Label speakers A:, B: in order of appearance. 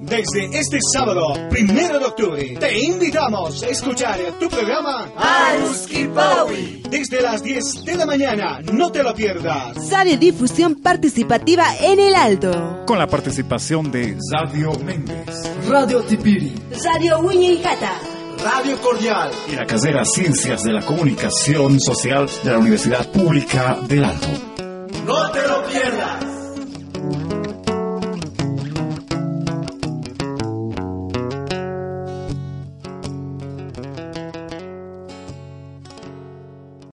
A: desde este sábado, primero de octubre, te invitamos a escuchar tu programa
B: Aruski Bowie.
A: Desde las 10 de la mañana, no te lo pierdas.
C: Sale difusión participativa en el Alto.
D: Con la participación de Sadio Méndez,
E: Radio Tipiri,
F: Radio Uñijata,
G: Radio Cordial
D: y la casera Ciencias de la Comunicación Social de la Universidad Pública del Alto.